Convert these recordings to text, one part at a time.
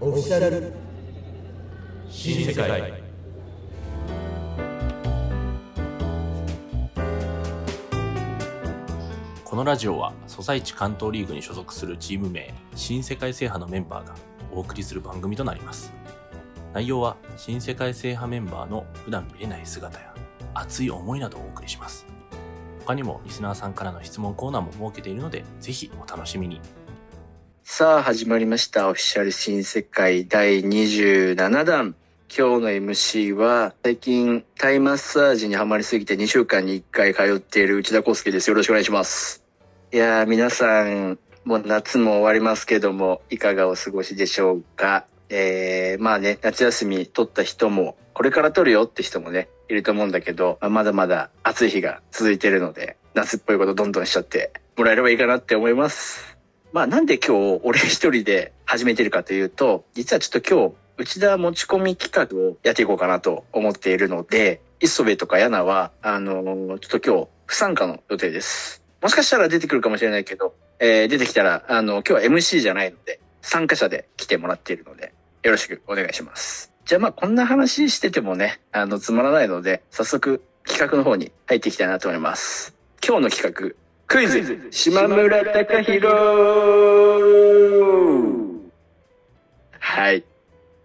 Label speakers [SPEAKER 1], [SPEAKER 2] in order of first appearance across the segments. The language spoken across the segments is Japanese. [SPEAKER 1] オフィシャル
[SPEAKER 2] 新世界このラジオはソサイチ関東リーグに所属するチーム名新世界制覇のメンバーがお送りする番組となります内容は新世界制覇メンバーの普段見れない姿や熱い思いなどをお送りします他にもリスナーさんからの質問コーナーも設けているのでぜひお楽しみに
[SPEAKER 3] さあ始まりましたオフィシャル新世界第27弾今日の MC は最近タイマッサージにはまりすぎて2週間に1回通っている内田康介ですよろしくお願いしますいやー皆さんもう夏も終わりますけどもいかがお過ごしでしょうかえー、まあね夏休み取った人もこれから取るよって人もねいると思うんだけど、まあまだまだ暑い日が続いてるので夏っぽいことどんどんしちゃってもらえればいいかなって思いますまあなんで今日俺一人で始めてるかというと、実はちょっと今日内田持ち込み企画をやっていこうかなと思っているので、磯部とかヤナは、あのーちょっと今日不参加の予定です。もしかしたら出てくるかもしれないけど、えー出てきたら、あの、今日は MC じゃないので、参加者で来てもらっているので、よろしくお願いします。じゃあまあこんな話しててもね、あの、つまらないので、早速企画の方に入っていきたいなと思います。今日の企画、クイズ島村貴弘はい。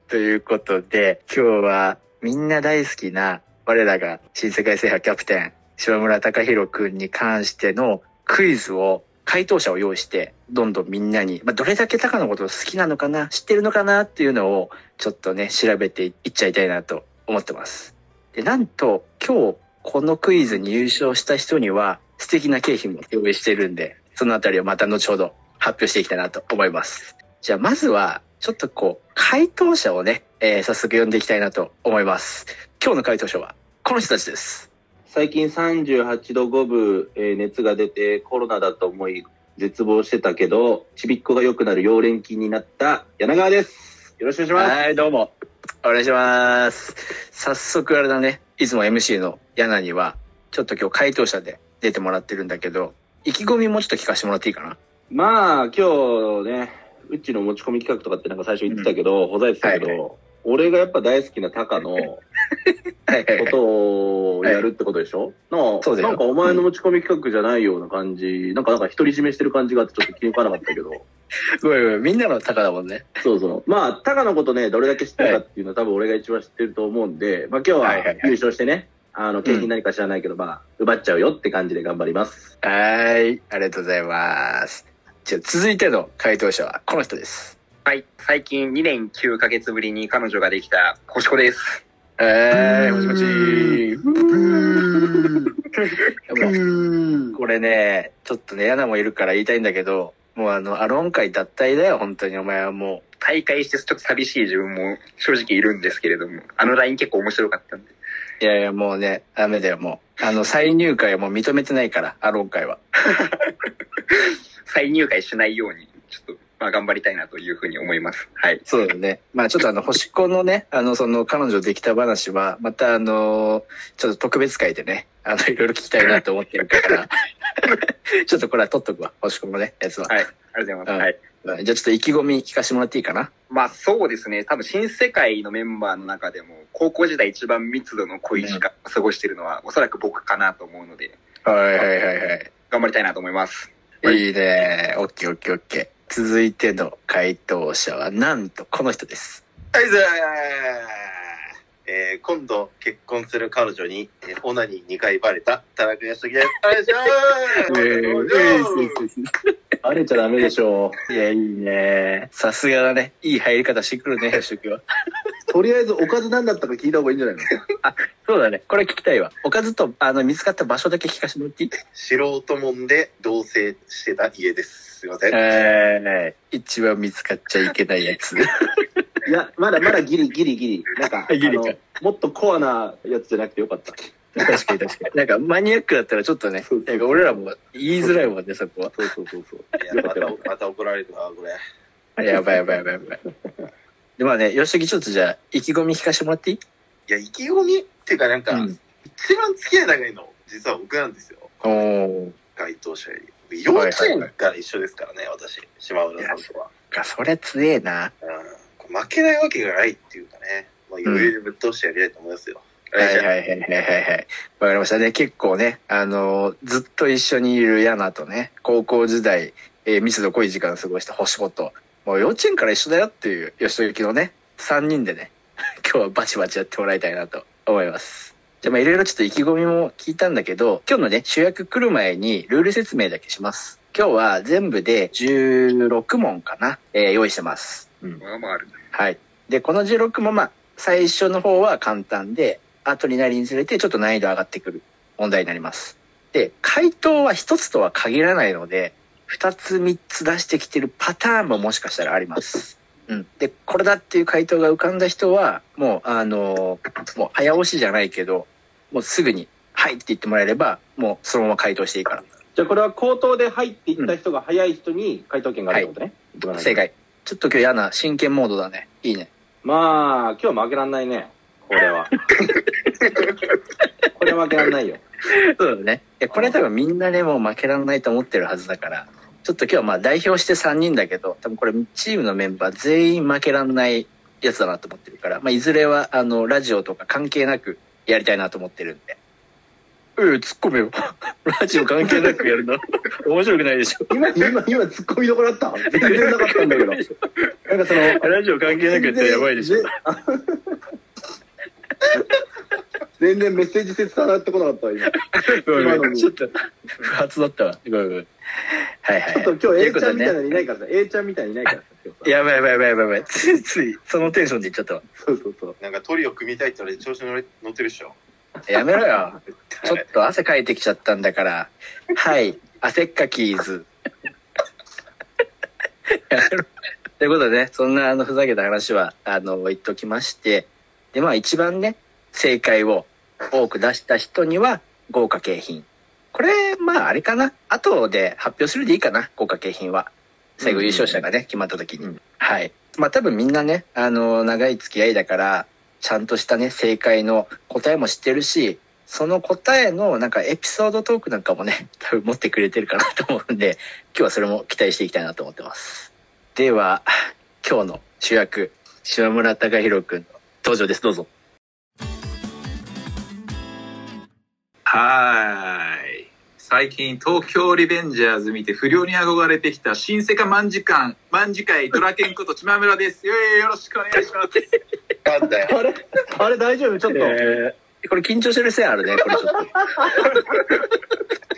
[SPEAKER 3] ということで、今日はみんな大好きな我らが新世界制覇キャプテン島村貴弘くんに関してのクイズを回答者を用意して、どんどんみんなに、まあ、どれだけ高のことを好きなのかな、知ってるのかなっていうのをちょっとね、調べていっちゃいたいなと思ってます。で、なんと今日このクイズに優勝した人には素敵な景品も用意してるんで、そのあたりをまた後ほど発表していきたいなと思います。じゃあまずは、ちょっとこう、回答者をね、えー早速呼んでいきたいなと思います。今日の回答者は、この人たちです。
[SPEAKER 4] 最近38度5分、えー熱が出てコロナだと思い絶望してたけどちびっこが良くなる溶連菌になった柳川ですよろしくお願いします
[SPEAKER 3] はい、どうも。お願いします。早速あれだね、いつも MC の柳には、ちょっと今日回答者で出てもらってるんだけど、意気込みもちょっと聞かせてもらっていいかな
[SPEAKER 4] まあ今日ねうちの持ち込み企画とかってなんか最初言ってたけど、ほざいてたけど、
[SPEAKER 3] はい
[SPEAKER 4] 俺がやっぱ大好きなタカのこ
[SPEAKER 3] はいはいはい。
[SPEAKER 4] とをやるってことでしょ、なんか
[SPEAKER 3] そうだよ
[SPEAKER 4] なんかお前の持ち込み企画じゃないような感じ、なんかなんか独り占めしてる感じがあってちょっと気にかなかったけど
[SPEAKER 3] ごめんごめん、みんなの高だもんね。
[SPEAKER 4] そうそう。まあ、タカのことね、どれだけ知ってるかっていうのは、多分俺が一番知ってると思うんで、まあ今日
[SPEAKER 3] は
[SPEAKER 4] はい
[SPEAKER 3] はいはい
[SPEAKER 4] 優勝してね、あの、景品何か知らないけど、まあ、奪っちゃうよって感じで頑張ります。
[SPEAKER 3] はーい、ありがとうございます。じゃあ続いての回答者はこの人です。
[SPEAKER 5] はい。最近2年9ヶ月ぶりに彼女ができた、コシコです。
[SPEAKER 3] えー、もしもちもうこれね、ちょっとね、嫌なもんいるから言いたいんだけど、もうあの、アロン会脱退だよ、本当にお前はも
[SPEAKER 5] 大会してちょっと寂しい自分も正直いるんですけれども、あのライン結構面白かったんで。
[SPEAKER 3] う。いやいや、もうね、ダメだよ、もう。あの、再入会はもう認めてないから、アロン会は。
[SPEAKER 5] 再入会しないように、ちょっと、まあ頑張りたいなというふうに思います。はい。
[SPEAKER 3] そうだね。まあちょっとあの、星子のね、あの、その、彼女できた話は、またあの、ちょっと特別会でね、あの、いろいろ聞きたいなと思ってるから、 ちょっとこれは取っとくわ、星子のね、やつは。
[SPEAKER 5] はいありがとうございます。
[SPEAKER 3] うん
[SPEAKER 5] はい。
[SPEAKER 3] うんじゃあちょっと意気込み聞かせてもらっていいかな
[SPEAKER 5] まあそうですね。多分新世界のメンバーの中でも、高校時代一番密度の濃い時間を過ごしているのは、おそらく僕かなと思うので、
[SPEAKER 3] はいはいはいはい。
[SPEAKER 5] 頑張りたいなと思います。
[SPEAKER 3] いいね。オッケーオッケーオッケー。続いての回答者は、なんとこの人です。
[SPEAKER 6] はい、ぜー、えー、今度結婚する彼女に、えーオナニー2回バレた田中康樹です。お願いします
[SPEAKER 4] バレちゃダメでしょ
[SPEAKER 3] いや、いいね。さすがだね。いい入り方してくるね、吉木は。
[SPEAKER 4] う。とりあえず、おかず何だったか聞いた方がいいんじゃないの
[SPEAKER 3] そうだね。これ聞きたいわ。おかずと、あの、見つかった場所だけ聞かせてもらっていい
[SPEAKER 6] 素人もんで同棲してた家です。すい ません。
[SPEAKER 3] えー、一番見つかっちゃいけないやつ。
[SPEAKER 4] いや、まだまだギリギリギリ。なん か、
[SPEAKER 3] ギリか
[SPEAKER 4] あのもっとコアなやつじゃなくてよかった。
[SPEAKER 3] 確かに確かに。なんかマニアックだったらちょっとね、なんか俺らも言いづらいもんね、そこ
[SPEAKER 4] そうそうそうそう。
[SPEAKER 6] い やまた、また怒られるな、これ。
[SPEAKER 3] は。やばいやばいやばいやばい。で、まあね、吉木ちょっとじゃあ、意気込み聞かせてもらっていい
[SPEAKER 6] いや、意気込みっていうかなんか、
[SPEAKER 3] うん
[SPEAKER 6] 一番付き合い長いの、実は僕なんですよ。
[SPEAKER 3] おー。
[SPEAKER 6] 該当者より。幼稚園から一緒ですからね、私。島村さんとは。
[SPEAKER 3] か、そりゃ強えな。
[SPEAKER 6] うん負けないわけがないっていうかね、まあ、余裕でぶっ通してやりたいと思いますよ。
[SPEAKER 3] はいはいはいはいはいはい。わかりました。で、結構ね、あのーずっと一緒にいるヤナとね、高校時代、えー密度濃い時間を過ごした星子と、もう幼稚園から一緒だよっていう、吉行のね、3人でね、 今日はバチバチやってもらいたいなと思います。じゃあまあいろいろちょっと意気込みも聞いたんだけど、今日のね、主役来る前にルール説明だけします。今日は全部で16問かな、えー用意してます。
[SPEAKER 5] まあまあある。
[SPEAKER 3] はい。で、この16もまあ、最初の方は簡単で、後になりにつれてちょっと難易度上がってくる問題になります。で、回答は1つとは限らないので、2つ3つ出してきてるパターンももしかしたらあります。うん。で、これだっていう回答が浮かんだ人は、もう、あのーもう早押しじゃないけど、もうすぐに、はいって言ってもらえれば、もうそのまま回答していいから。
[SPEAKER 4] じゃあこれは口頭で入っていった人が早い人に回答権があるってことね。言ってもらえば
[SPEAKER 3] 正。解。ちょっと今日嫌な、真剣モードだね。いいね。
[SPEAKER 4] まあ、今日負けらんないね。こ れは。これは負けらんないよ。
[SPEAKER 3] そうだね。いやこれ多分みんなでもう負けられないと思ってるはずだから、ちょっと今日はまあ代表して3人だけど、多分これチームのメンバー全員負けられないやつだなと思ってるから、まあいずれはあの、ラジオとか関係なくやりたいなと思ってるんで。うん、突っ込めよ。 ラジオ関係なくやる の。面白くないでしょ。
[SPEAKER 4] 今、今、今、突っ込みどころだった全然なかったんだけど。なんかその、
[SPEAKER 3] ラジオ関係なくやったらやばいでしょ。
[SPEAKER 4] 全然。全然 メッセージ性伝わってこなかったわ今。
[SPEAKER 3] ごめんご
[SPEAKER 4] 今
[SPEAKER 3] めん
[SPEAKER 4] の
[SPEAKER 3] ちょっと、不発だったわ。ごめんごめん。はいはい。
[SPEAKER 4] ちょっと今日 A ちゃんみたいなのいないからさ、A ちゃんみたいにいないからさ。今日さ
[SPEAKER 3] やばいやばいやばいやばいやばい。ついつい、そのテンションで言っちゃったわ。
[SPEAKER 4] そうそうそう。
[SPEAKER 6] なんかトリオ組みたいって言われて調子乗れ乗ってるでしょ。
[SPEAKER 3] やめろよ。ちょっと汗かいてきちゃったんだから。はい。汗っかきーず。やめろということでね、そんなあのふざけた話は、あの、言っときまして。で、まあ一番ね、正解を多く出した人には、豪華景品。これ、まああれかな。後で発表するでいいかな、豪華景品は。最後優勝者がね、決まった時に。はい。まあ多分みんなね、あの、長い付き合いだから、ちゃんとしたね、正解の答えも知ってるし、その答えのなんかエピソードトークなんかもね、多分持ってくれてるかなと思うんで、今日はそれも期待していきたいなと思ってます。では、今日の主役、島村貴弘くんの登場です。どうぞ。
[SPEAKER 5] はーい。最近、東京リベンジャーズ見て不良に憧れてきた新世界万時間、万次会ドラケンこと島村です。イエーイ よろしくお願いします。
[SPEAKER 6] なんだよ。
[SPEAKER 4] あれあれ大丈夫ちょっと。
[SPEAKER 3] これ緊張してるせいあるね、これちょっと。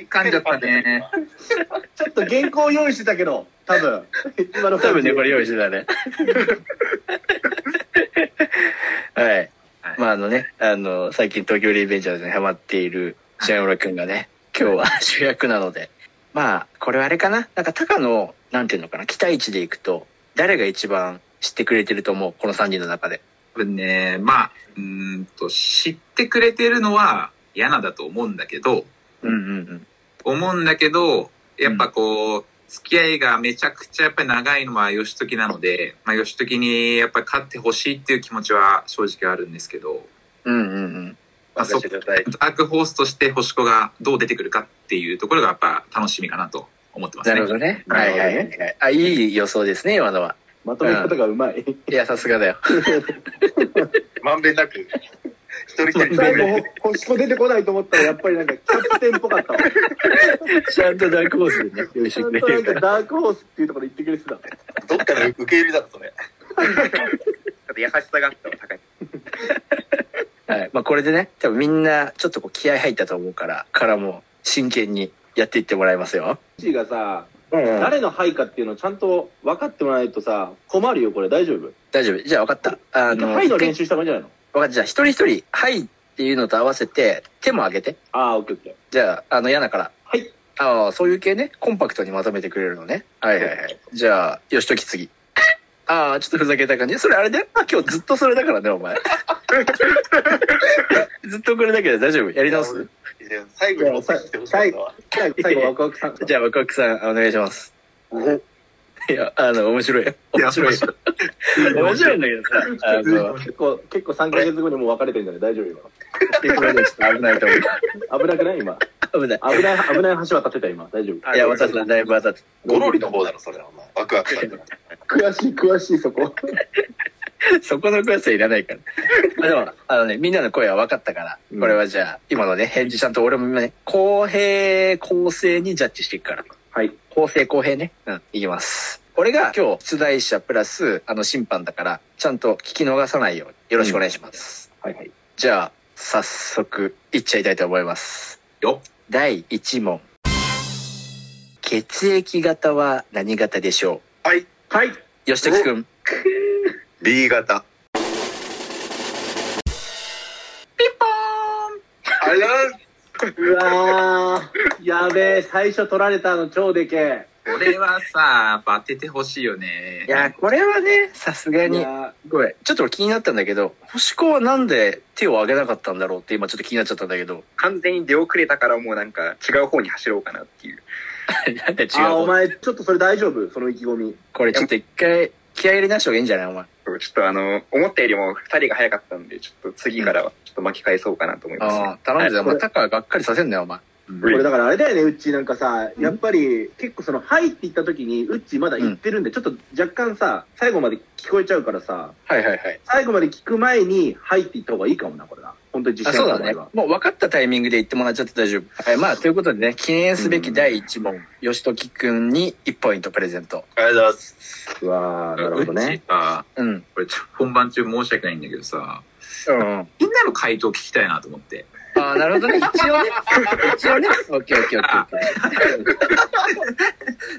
[SPEAKER 5] 噛んじゃったね。
[SPEAKER 4] ちょっと原稿用意してたけど、多分。今 の
[SPEAKER 3] 多分ね、これ用意してたね。 はい。まああのね、あの、最近東京リベンジャーズにハマっている島村くんがね、今日は主役なので、まあ、これはあれかななんか、高の、なんていうのかな期待値でいくと、誰が一番知ってくれてると思うこの3人の中で。
[SPEAKER 1] 多分ね、まあ、うーんと、知ってくれてるのは嫌なだと思うんだけど、
[SPEAKER 3] うんうん
[SPEAKER 1] 思うんだけど、やっぱこう、付き合いがめちゃくちゃやっぱり長いのは義時なので、まあ義時にやっぱり勝ってほしいっていう気持ちは正直あるんですけど、
[SPEAKER 3] うん。うんうんうん。
[SPEAKER 1] まあ、そ
[SPEAKER 6] 任
[SPEAKER 1] こ
[SPEAKER 6] せてください。
[SPEAKER 1] アークホースとして星子がどう出てくるかっていうところがやっぱ楽しみかなと思ってます
[SPEAKER 3] な
[SPEAKER 1] ね。
[SPEAKER 3] るほどね。はいはいはいはい。あ、いい予想ですね、今のは。
[SPEAKER 4] まとめ方がうまい。
[SPEAKER 3] いや、さすがだよ。
[SPEAKER 6] まんべんなく。一人一人
[SPEAKER 4] 最後、ほ星子出てこないと思ったら、やっぱりなんかキャプテンっぽかった わ。ち
[SPEAKER 3] ちゃんとダークホースで ね、用意して
[SPEAKER 4] ゃ
[SPEAKER 3] く
[SPEAKER 4] ん
[SPEAKER 3] れ
[SPEAKER 4] と
[SPEAKER 3] て
[SPEAKER 4] なん
[SPEAKER 3] るか。
[SPEAKER 4] からダークホースっていうところで言ってくれてた。
[SPEAKER 6] どっかの受け入れだぞ、そ
[SPEAKER 5] ち
[SPEAKER 6] れ。
[SPEAKER 5] ょっと優しさがあったら高い。
[SPEAKER 3] はい。まあ、これでね、多分みんな、ちょっとこう、気合入ったと思うから、からも、真剣にやっていってもらいますよ。
[SPEAKER 4] チーがさ、
[SPEAKER 3] うん、
[SPEAKER 4] 誰の配下っていうのをちゃんと分かってもらえないとさ、困るよ、これ。大丈夫
[SPEAKER 3] 大丈夫。じゃあ、分かった。あの、
[SPEAKER 4] ハイの練習した方がいいんじゃないの
[SPEAKER 3] 分かった。じゃあ、一人一人、はいっていうのと合わせて、手も上げて。
[SPEAKER 4] ああ、オッケーオッケ
[SPEAKER 3] じゃあ、あの、嫌なから。
[SPEAKER 4] はい。
[SPEAKER 3] ああ、そういう系ね。コンパクトにまとめてくれるのね。はいはいはい。じゃあ、よしとき次。ああ、ちょっとふざけた感じ。それあれだよ。今日ずっとそれだからね、お 前。ずっとこれだけど大丈夫。やり直す
[SPEAKER 6] いや最後に持ってきてほしかったわ。
[SPEAKER 4] ー。最後、ワクワク さん。
[SPEAKER 3] じゃあ、ワクワクさん、お願いします。いや、あの、面白いよ。
[SPEAKER 1] いや
[SPEAKER 3] 面白いよ。面白いんだけどさ、あの、
[SPEAKER 4] 結構、結構3ヶ月後にもう別れてるんじゃない大丈夫
[SPEAKER 3] これでちょっと危ないと思
[SPEAKER 4] 今。 危なくない今。
[SPEAKER 3] う。危ない。
[SPEAKER 4] 危ない、危ない橋渡ってた今。大丈夫。
[SPEAKER 3] いや、私のだいぶ当たった。
[SPEAKER 6] ゴロリの方だろ、それは。お前ワクワクさんだろ。
[SPEAKER 4] 悔しい、悔しい、そこ。
[SPEAKER 3] そこの詳しさいら ないから。まあでも、あのね、みんなの声は分かったから、これはじゃあ、今のね、返事ちゃんと俺もね、公平、公正にジャッジしていくから。
[SPEAKER 4] はい。
[SPEAKER 3] 公正、公平ね。うん、いきます。俺が今日、出題者プラス、あの、審判だから、ちゃんと聞き逃さないように、よろしくお願いします。
[SPEAKER 4] はいはい。
[SPEAKER 3] じゃあ、早速、いっちゃいたいと思います。
[SPEAKER 1] よっ
[SPEAKER 3] 第1問。血液型は何型でしょ
[SPEAKER 6] はい。
[SPEAKER 3] うはい。吉崎くん。
[SPEAKER 6] B 型。ピンポーンありがとうござい
[SPEAKER 4] う
[SPEAKER 6] ます
[SPEAKER 4] わー、やべえ、最初取られたの超でけえ。
[SPEAKER 1] これはさ、やっぱ当ててほしいよね。
[SPEAKER 3] いや、これはね、さすが
[SPEAKER 4] い
[SPEAKER 3] に。
[SPEAKER 4] や
[SPEAKER 3] ごめん。ちょっと俺気になったんだけど、星子はなんで手を挙げなかったんだろうって今ちょっと気になっちゃったんだけ ど、
[SPEAKER 7] 完全に出遅れたからもうなんか違う方に走ろうかなっていう。
[SPEAKER 3] なんで違う
[SPEAKER 4] ーあ、お
[SPEAKER 3] の
[SPEAKER 4] 前、ちょっとそれ大丈夫その意気込み。
[SPEAKER 3] これちょっと一回気合い入れなした方がいいんじゃないお前。
[SPEAKER 7] そうちょっとあの、思ったよりも二人が早かったんで、ちょっと次からはちょっと巻き返そうかなと思います、
[SPEAKER 3] ああ、頼むぜ。
[SPEAKER 4] はい
[SPEAKER 3] お前、タカはがっかりさせんなよ、お前。
[SPEAKER 4] これだからあれだよね、うっちーなんかさ、やっぱり結構その、はいって言った時に、うっちーまだ言ってるんで、ちょっと若干さ、最後まで聞こえちゃうからさ、
[SPEAKER 3] はいはいはい。
[SPEAKER 4] 最後まで聞く前に、はいって言った方がいいかもな、これな。本当に実
[SPEAKER 3] あ
[SPEAKER 4] 際
[SPEAKER 3] そうだ
[SPEAKER 4] のとこ
[SPEAKER 3] ね
[SPEAKER 4] ろは。。
[SPEAKER 3] もう分かったタイミングで言ってもらっちゃって大丈夫。はい、まあ、ということでね、記念すべき第1問、吉時くんに1ポイントプレゼント。
[SPEAKER 6] ありがとうございます。
[SPEAKER 4] うわー、なるほど
[SPEAKER 1] うち
[SPEAKER 4] ね。
[SPEAKER 1] さ
[SPEAKER 3] うん。
[SPEAKER 1] これちょ本番中申し訳ないんだけどさ、
[SPEAKER 3] うん。
[SPEAKER 1] みんなの回答聞きたいなと思って。
[SPEAKER 3] ああ、なるほどね。一応ね。一応ね。オッケーオッケーオッケーオッケ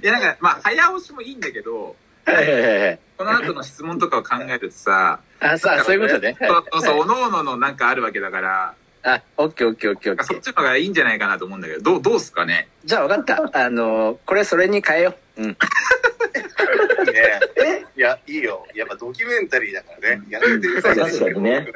[SPEAKER 1] いや、なんか、まあ、早押しもいいんだけど、
[SPEAKER 3] ー。はいはいはいはい。
[SPEAKER 1] この後の質問とかを考えるとさ、
[SPEAKER 3] あ、さあ、そういうことね。はい
[SPEAKER 1] そうそうそう、おのおののなんかあるわけだから、
[SPEAKER 3] あ、オッケーオッケーオッケーオ
[SPEAKER 1] なんか
[SPEAKER 3] ッケ
[SPEAKER 1] そっ
[SPEAKER 3] ー。
[SPEAKER 1] ちの方がいいんじゃないかなと思うんだけど、どう、どうっすかね
[SPEAKER 3] じゃあ分かった。あのーこれそれに変えよう。うん。
[SPEAKER 6] いいねいや、いいよ。やっぱドキュメンタリーだからね。やってる
[SPEAKER 4] そう確かにね。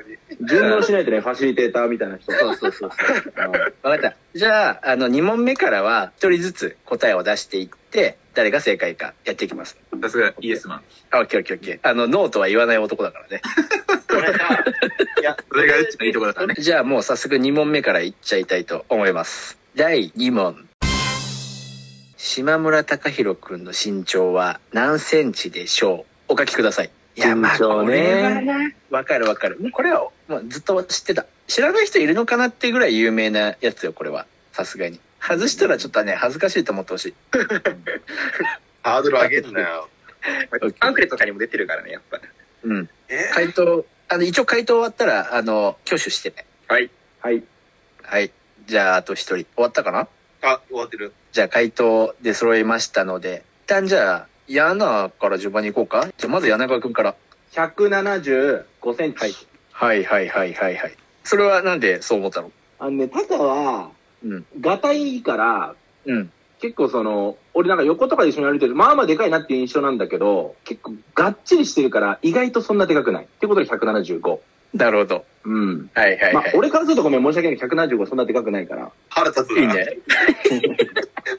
[SPEAKER 4] 順応しないとね、ファシリテーターみたいな人。
[SPEAKER 3] そうそうそうそう。分かった。じゃあ、あの、2問目からは、1人ずつ答えを出していって、誰が正解かやっていきます。
[SPEAKER 1] さすがイエスマン。
[SPEAKER 3] あ、オッケーオッケーオッケー。あの、ノーとは言わない男だからね。
[SPEAKER 6] それだいや、
[SPEAKER 1] それがうちのいいところだからね。
[SPEAKER 3] じゃあもう早速2問目からいっちゃいたいと思います。第2問。島村貴弘くんの身長は何センチでしょうお書きください。いや、まあ、
[SPEAKER 4] 身長
[SPEAKER 3] こ
[SPEAKER 4] ね
[SPEAKER 3] れはな。わかるわかる。もうこれは、もうずっと知ってた。知らない人いるのかなっていうぐらい有名なやつよ、これは。さすがに。外したらちょっとね、恥ずかしいと思ってほしい。
[SPEAKER 6] ハードル上げんなよ。
[SPEAKER 7] パンフレットとかにも出てるからね、やっぱ。
[SPEAKER 3] うん。
[SPEAKER 6] え
[SPEAKER 3] 回答、あの、一応回答終わったら、あの、挙手してね。
[SPEAKER 4] はい。
[SPEAKER 3] はい。じゃあ、あと一人。終わったかな
[SPEAKER 6] あ、終わってる。
[SPEAKER 3] じゃあ回答で揃いましたので、一旦じゃあ、柳川から順番に行こうか。じゃあまず柳川くんから。
[SPEAKER 4] 175センチ。
[SPEAKER 3] はいはいはいはいはいはい。それはなんでそう思ったの
[SPEAKER 4] あのね、タカは、
[SPEAKER 3] うん
[SPEAKER 4] がたいいから、
[SPEAKER 3] うん。
[SPEAKER 4] 結構その、俺なんか横とかで一緒に歩いてると、まあまあでかいなっていう印象なんだけど、結構がっちりしてるから、意外とそんなでかくない。ってことで175。
[SPEAKER 3] なるほど。
[SPEAKER 4] うん。
[SPEAKER 3] はいはい
[SPEAKER 4] まあ
[SPEAKER 3] はい、。
[SPEAKER 4] 俺からするとごめん、申し訳ないけど、175そんなでかくないから。
[SPEAKER 6] 腹立つな。
[SPEAKER 3] いいね。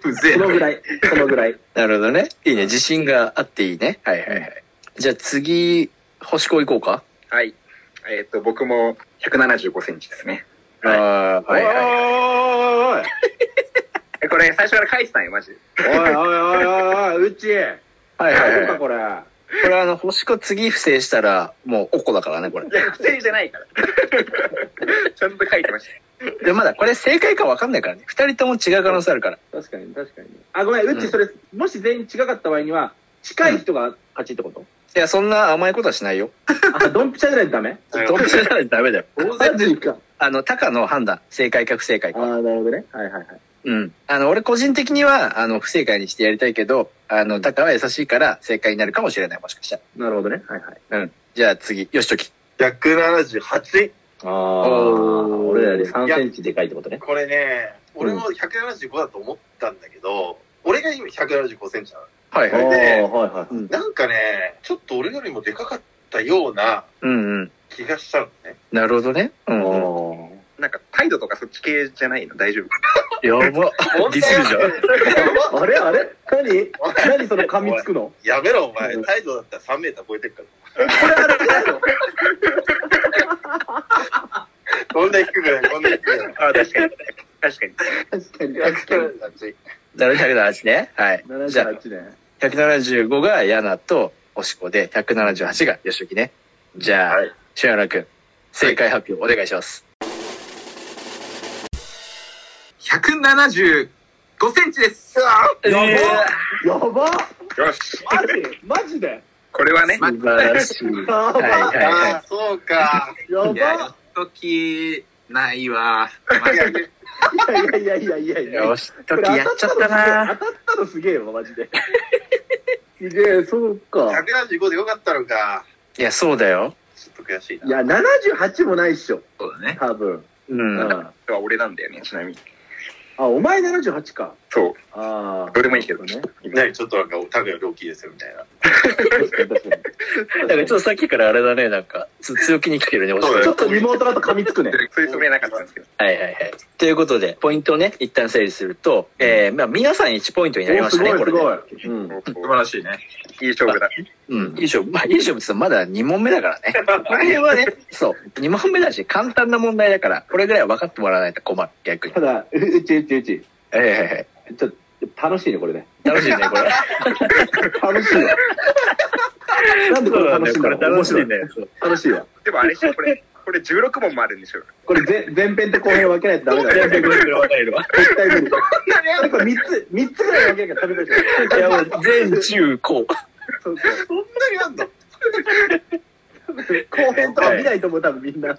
[SPEAKER 1] うぜえ
[SPEAKER 4] その
[SPEAKER 1] な
[SPEAKER 4] ぐら い、そのぐらい。
[SPEAKER 3] なるほどね。いいね。自信があっていいね。はいはいはい。じゃあ次、星子行こうか。
[SPEAKER 7] はい。えっ、と、僕も175センチですね。はい
[SPEAKER 3] あーはいはいはい。
[SPEAKER 4] はい。
[SPEAKER 7] えこれ最初から書いてたんよ、マジで。
[SPEAKER 4] おいおいおいおいおいおい、うち。
[SPEAKER 3] はいはい
[SPEAKER 4] 大
[SPEAKER 3] はい
[SPEAKER 4] 丈夫
[SPEAKER 3] は
[SPEAKER 4] か、
[SPEAKER 3] い。
[SPEAKER 4] これ。
[SPEAKER 3] これあの、星子次不正したら、もうおこだからね、これ。
[SPEAKER 7] いや、不正じゃないから。 ちゃんと書いてまし
[SPEAKER 3] で、まだこれ正解かわかんないからね。二人とも違う可能性あるから。
[SPEAKER 4] 確かに、確かに。あ、ごめん、うち、それ、もし全員近かった場合には、近い人が勝ちっ てこと、
[SPEAKER 3] いや、そんな甘いことはしないよ。
[SPEAKER 4] あ、ドンピシャじゃないとダメ
[SPEAKER 3] どっちじゃないとダメだよ。
[SPEAKER 1] 当
[SPEAKER 4] マ
[SPEAKER 1] 然
[SPEAKER 4] ジか。
[SPEAKER 3] あの、タカの判断、正解か不正解
[SPEAKER 4] あ
[SPEAKER 3] か。
[SPEAKER 4] あ、なるほどね。はいはいはい。
[SPEAKER 3] うん。あの、俺個人的には、あの、不正解にしてやりたいけど、あの、タカは優しいから正解になるかもしれない、もしかした
[SPEAKER 4] なるほどね。はいはい。
[SPEAKER 3] ら。うん。じゃあ次、よしとき。
[SPEAKER 6] 178?
[SPEAKER 4] あ
[SPEAKER 3] おー
[SPEAKER 4] 俺らより3センチでかいってことね。
[SPEAKER 6] これね、俺も175だと思ったんだけど、俺が今175センチなの。
[SPEAKER 3] はい
[SPEAKER 4] おー
[SPEAKER 3] はい。
[SPEAKER 4] はい
[SPEAKER 6] ね
[SPEAKER 4] はい。
[SPEAKER 6] なんかね、ちょっと俺よりもでかかったような
[SPEAKER 3] うんうん。
[SPEAKER 6] 気がしたのね。
[SPEAKER 3] なるほどね。うん。
[SPEAKER 4] おー
[SPEAKER 7] た。なんか態度とかそっち系じゃないの大丈夫
[SPEAKER 3] や ば。ディスるじゃん。
[SPEAKER 4] あれあれ何何その噛みつくの
[SPEAKER 6] やめろ、お前。態度だったら3メーター超えてるから。こんな低くない、こんな低くない。
[SPEAKER 7] あ、確かに。確かに。
[SPEAKER 4] 確かに。
[SPEAKER 6] 178。
[SPEAKER 3] なる178ね。はい。じゃ
[SPEAKER 4] 78ね。
[SPEAKER 3] あ、175がヤナとオシコで、178がよしときね。じゃあ、
[SPEAKER 6] はい
[SPEAKER 3] シュンラ君、正解発表お願いします。
[SPEAKER 1] 175センチです。
[SPEAKER 3] やば
[SPEAKER 4] やば
[SPEAKER 7] よし。
[SPEAKER 4] マジマジで
[SPEAKER 7] これはね、
[SPEAKER 3] 素晴らしい。
[SPEAKER 4] や
[SPEAKER 3] は
[SPEAKER 4] ば
[SPEAKER 3] いはいはい。
[SPEAKER 6] ああ、そうか。
[SPEAKER 4] やば
[SPEAKER 1] いや、やっときないわ。マジで
[SPEAKER 4] いやいやいやい やいや
[SPEAKER 3] よし、時やっちゃったな。
[SPEAKER 4] 当たったのすげえわマジですげえそうか
[SPEAKER 6] 175でよかったのか。
[SPEAKER 3] いや、そうだよ。
[SPEAKER 6] ちょっと悔しい
[SPEAKER 4] い
[SPEAKER 6] な。
[SPEAKER 4] や78もないっしょ
[SPEAKER 1] そうだね。
[SPEAKER 4] 多分、
[SPEAKER 3] うん。
[SPEAKER 4] う
[SPEAKER 3] は
[SPEAKER 4] ん
[SPEAKER 7] は俺なんだよね、ちなみに。
[SPEAKER 4] あお前78か
[SPEAKER 7] そう。
[SPEAKER 4] ああ
[SPEAKER 7] どれもいいけど
[SPEAKER 4] ね
[SPEAKER 7] 今
[SPEAKER 6] ね、ちょっとなんか、タグより大きいですよ、みたいな。
[SPEAKER 4] 確かに確か
[SPEAKER 3] いなんかちょっとさっきからあれだね、なんか、つ強気に来てるね、おし
[SPEAKER 6] そうだ
[SPEAKER 4] に
[SPEAKER 6] よ
[SPEAKER 4] ちょっとリモートだと噛みつくね
[SPEAKER 7] そういうつもりはなかったんですけど。
[SPEAKER 3] はいはいはい。ということで、ポイントをね、一旦整理すると、えー、まあ、皆さん1ポイントになりましたね、
[SPEAKER 4] お
[SPEAKER 3] こ
[SPEAKER 4] す
[SPEAKER 3] れで。
[SPEAKER 4] ごいすごい、うん、
[SPEAKER 1] 素晴らしいね。
[SPEAKER 7] いい勝負だ。
[SPEAKER 3] うん、いい勝負。まあ、いい勝負って言ってもまだ2問目だから ね。この辺はね、そう、2問目だし、簡単な問題だから、これぐらいは分かってもらわないと困る、逆に
[SPEAKER 4] た。だううちうちうち
[SPEAKER 3] えええ
[SPEAKER 4] ちょっと楽しいねこれね
[SPEAKER 3] え楽しいね、これ。
[SPEAKER 4] 楽しい わなんでこれ楽しいんだろう面白い
[SPEAKER 3] ね。そう
[SPEAKER 4] 楽しいわ
[SPEAKER 7] でもあれしょ、これ、これ16問もあるんでしょ。
[SPEAKER 4] これ前前編と後編分けないとダメだよ
[SPEAKER 3] 全部分かれるわ。
[SPEAKER 4] 絶対無理あれこれ3つ三つぐらい分けなきゃ食べたいじゃん
[SPEAKER 3] いや、もう、全中高。
[SPEAKER 4] そうそう後編とか見ないと思う多分みんな。
[SPEAKER 3] い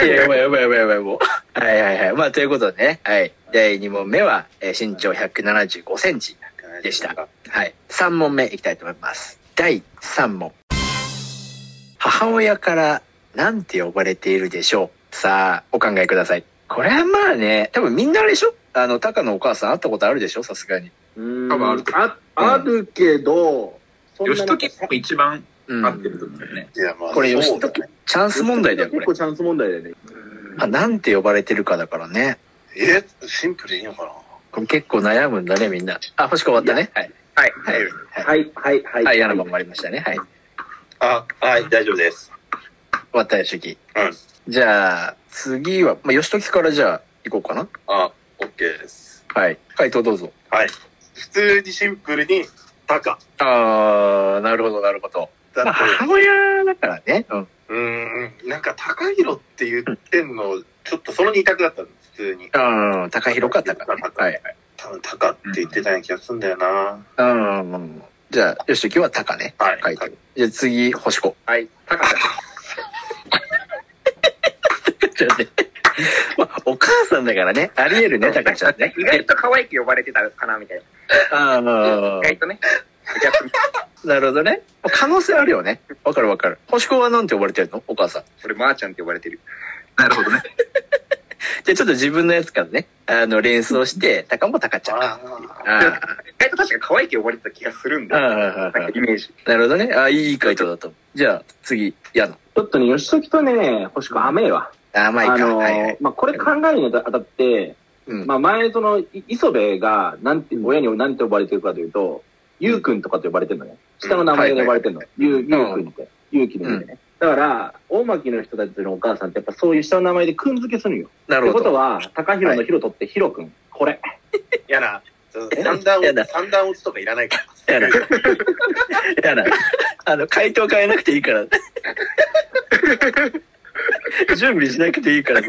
[SPEAKER 3] や、やばいやばいやばいやばい、もう。はいはいはい。まあ、ということでね、はい。第2問目は、えー身長175センチ。でした。はい。3問目いきたいと思います。第3問。母親からなんて呼ばれているでしょうさあ、お考えください。これはまあね、多分みんなあれでしょあの、タカのお母さん会ったことあるでしょさすがに。
[SPEAKER 1] 多分あると
[SPEAKER 4] ああるけど、そんな
[SPEAKER 1] 吉
[SPEAKER 4] なん
[SPEAKER 1] 時
[SPEAKER 4] か
[SPEAKER 1] も一番
[SPEAKER 3] う
[SPEAKER 1] 合っ
[SPEAKER 3] ん。
[SPEAKER 1] てると思うんだよね。
[SPEAKER 6] いや、まあ、
[SPEAKER 3] これ、
[SPEAKER 6] そ
[SPEAKER 3] 吉
[SPEAKER 6] うだ
[SPEAKER 3] 時
[SPEAKER 6] ね。、
[SPEAKER 3] チャンス問題だよ、これ
[SPEAKER 4] 結構。チャンス問題だよね。
[SPEAKER 3] まあ、なんて呼ばれてるかだからね。
[SPEAKER 6] え、シンプルでいいのかな
[SPEAKER 3] これ結構悩むんだね、みんな。あ、星子終わったね。はい。
[SPEAKER 7] はい。
[SPEAKER 3] はい。
[SPEAKER 4] はい、はい、はい。
[SPEAKER 3] はい、嫌なもん終わりましたね。はい。終
[SPEAKER 6] あ、はい、大丈夫です。
[SPEAKER 3] わったよ、次。
[SPEAKER 6] うん
[SPEAKER 3] じゃあ、次は、まあ、吉時からじゃあ、行こうかな。
[SPEAKER 6] あ、オッケーです。
[SPEAKER 3] はい。回答どうぞ。
[SPEAKER 6] はい。普通にシンプルに、タカ
[SPEAKER 3] ああ、なるほど、なるほど。
[SPEAKER 6] だ
[SPEAKER 3] まあ、母親だからね。うん。
[SPEAKER 6] うーん、なんか、高弘って言ってんの、ちょっとその二択だったの、普通に。
[SPEAKER 3] うん、高広かったからね。はい。
[SPEAKER 6] 多分、タカって言ってたような気がするんだよな。
[SPEAKER 3] うんうん。じゃあ、よしときは高ね。
[SPEAKER 6] はい。
[SPEAKER 3] 書いて。じゃあ次、星子。
[SPEAKER 7] はい。高さ。
[SPEAKER 3] ちょっと待ってまあ、お母さんだからね。ありえるね、高ちゃんね。
[SPEAKER 7] 意外と可愛く呼ばれてたかな、みたい
[SPEAKER 3] あ
[SPEAKER 7] な。
[SPEAKER 3] あ
[SPEAKER 7] 意、外とね。ギャップ
[SPEAKER 3] なるほどね。可能性あるよね。わかるわかる。星子はなんて呼ばれてるのお母さん。
[SPEAKER 7] 俺、まーちゃんって呼ばれてる。
[SPEAKER 1] なるほどね。
[SPEAKER 3] じゃあちょっと自分のやつからね、あの、連想して、高も高ちゃん。あ
[SPEAKER 6] ああ、
[SPEAKER 3] あ
[SPEAKER 7] 意外と確か可愛く呼ばれてた気がするん
[SPEAKER 3] ああ
[SPEAKER 7] だよ。
[SPEAKER 3] ああ
[SPEAKER 7] なんかイメージ。
[SPEAKER 3] なるほどね。ああ、いい回答だと思う。じゃあ、次、矢野。
[SPEAKER 4] ちょっとね、吉時とね、星子甘えわ。
[SPEAKER 3] 甘い
[SPEAKER 4] あ
[SPEAKER 3] か。
[SPEAKER 4] の
[SPEAKER 3] はいはい。
[SPEAKER 4] まあ、これ考えるにあたって、
[SPEAKER 3] うん。
[SPEAKER 4] まあ、前、その、い磯部が、なんて、親に何て呼ばれてるかというと、ゆうくんとかと呼ばれてるのね。下の名前で呼ばれてるの。ゆう、ゆうくんって。ゆうきの意味でね。だから、大巻の人たちのお母さんって、やっぱそういう下の名前でくん付けするんよ。
[SPEAKER 3] な
[SPEAKER 4] って
[SPEAKER 3] るほ
[SPEAKER 4] こ
[SPEAKER 3] ど
[SPEAKER 4] と。は、高弘のひろとってひろくん。これ。
[SPEAKER 6] やな。ちょっと三段
[SPEAKER 3] やだ
[SPEAKER 6] 落ち、三段落ちとかいらないから。
[SPEAKER 3] やだ。やだ。あの、回答変えなくていい から。準備しなくていいから。い
[SPEAKER 4] い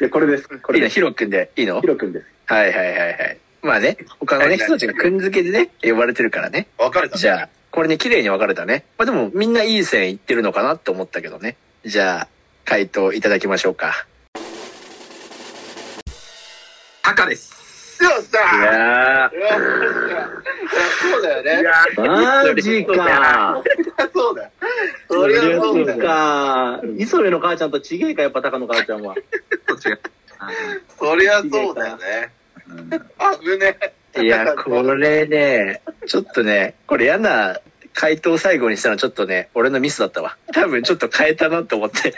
[SPEAKER 4] や、これです。こ
[SPEAKER 3] い
[SPEAKER 4] れ
[SPEAKER 3] の、
[SPEAKER 4] です。
[SPEAKER 3] ヒロ君でいいの
[SPEAKER 4] ひろくんです。
[SPEAKER 3] はいはいはいはい。まあね、他のね、人たちがくんづけでね、呼ばれてるからね。
[SPEAKER 6] 分かれたね
[SPEAKER 3] じゃあ、これね、綺麗に分かれたね。まあでも、みんないい線いってるのかなって思ったけどね。じゃあ、回答いただきましょうか。
[SPEAKER 1] タカです。
[SPEAKER 6] よっし
[SPEAKER 3] い
[SPEAKER 6] ゃー
[SPEAKER 3] や
[SPEAKER 6] いやいやそうだよね。
[SPEAKER 4] マジか。
[SPEAKER 6] そうだよ。
[SPEAKER 4] そ
[SPEAKER 6] そ
[SPEAKER 4] り
[SPEAKER 6] り
[SPEAKER 4] ゃ
[SPEAKER 6] ゃ
[SPEAKER 4] そ
[SPEAKER 6] そううだよ。
[SPEAKER 4] か。磯部の母ちゃんとちげえか、やっぱ高の母ちゃんは。
[SPEAKER 1] と違う。あ
[SPEAKER 6] そりゃそうだよね。
[SPEAKER 1] のうん
[SPEAKER 6] 危ねえ。
[SPEAKER 3] ーいや、これね、ちょっとね、これ嫌な回答最後にしたのちょっとね、俺のミスだったわ。多分ちょっと変えたなと思 って。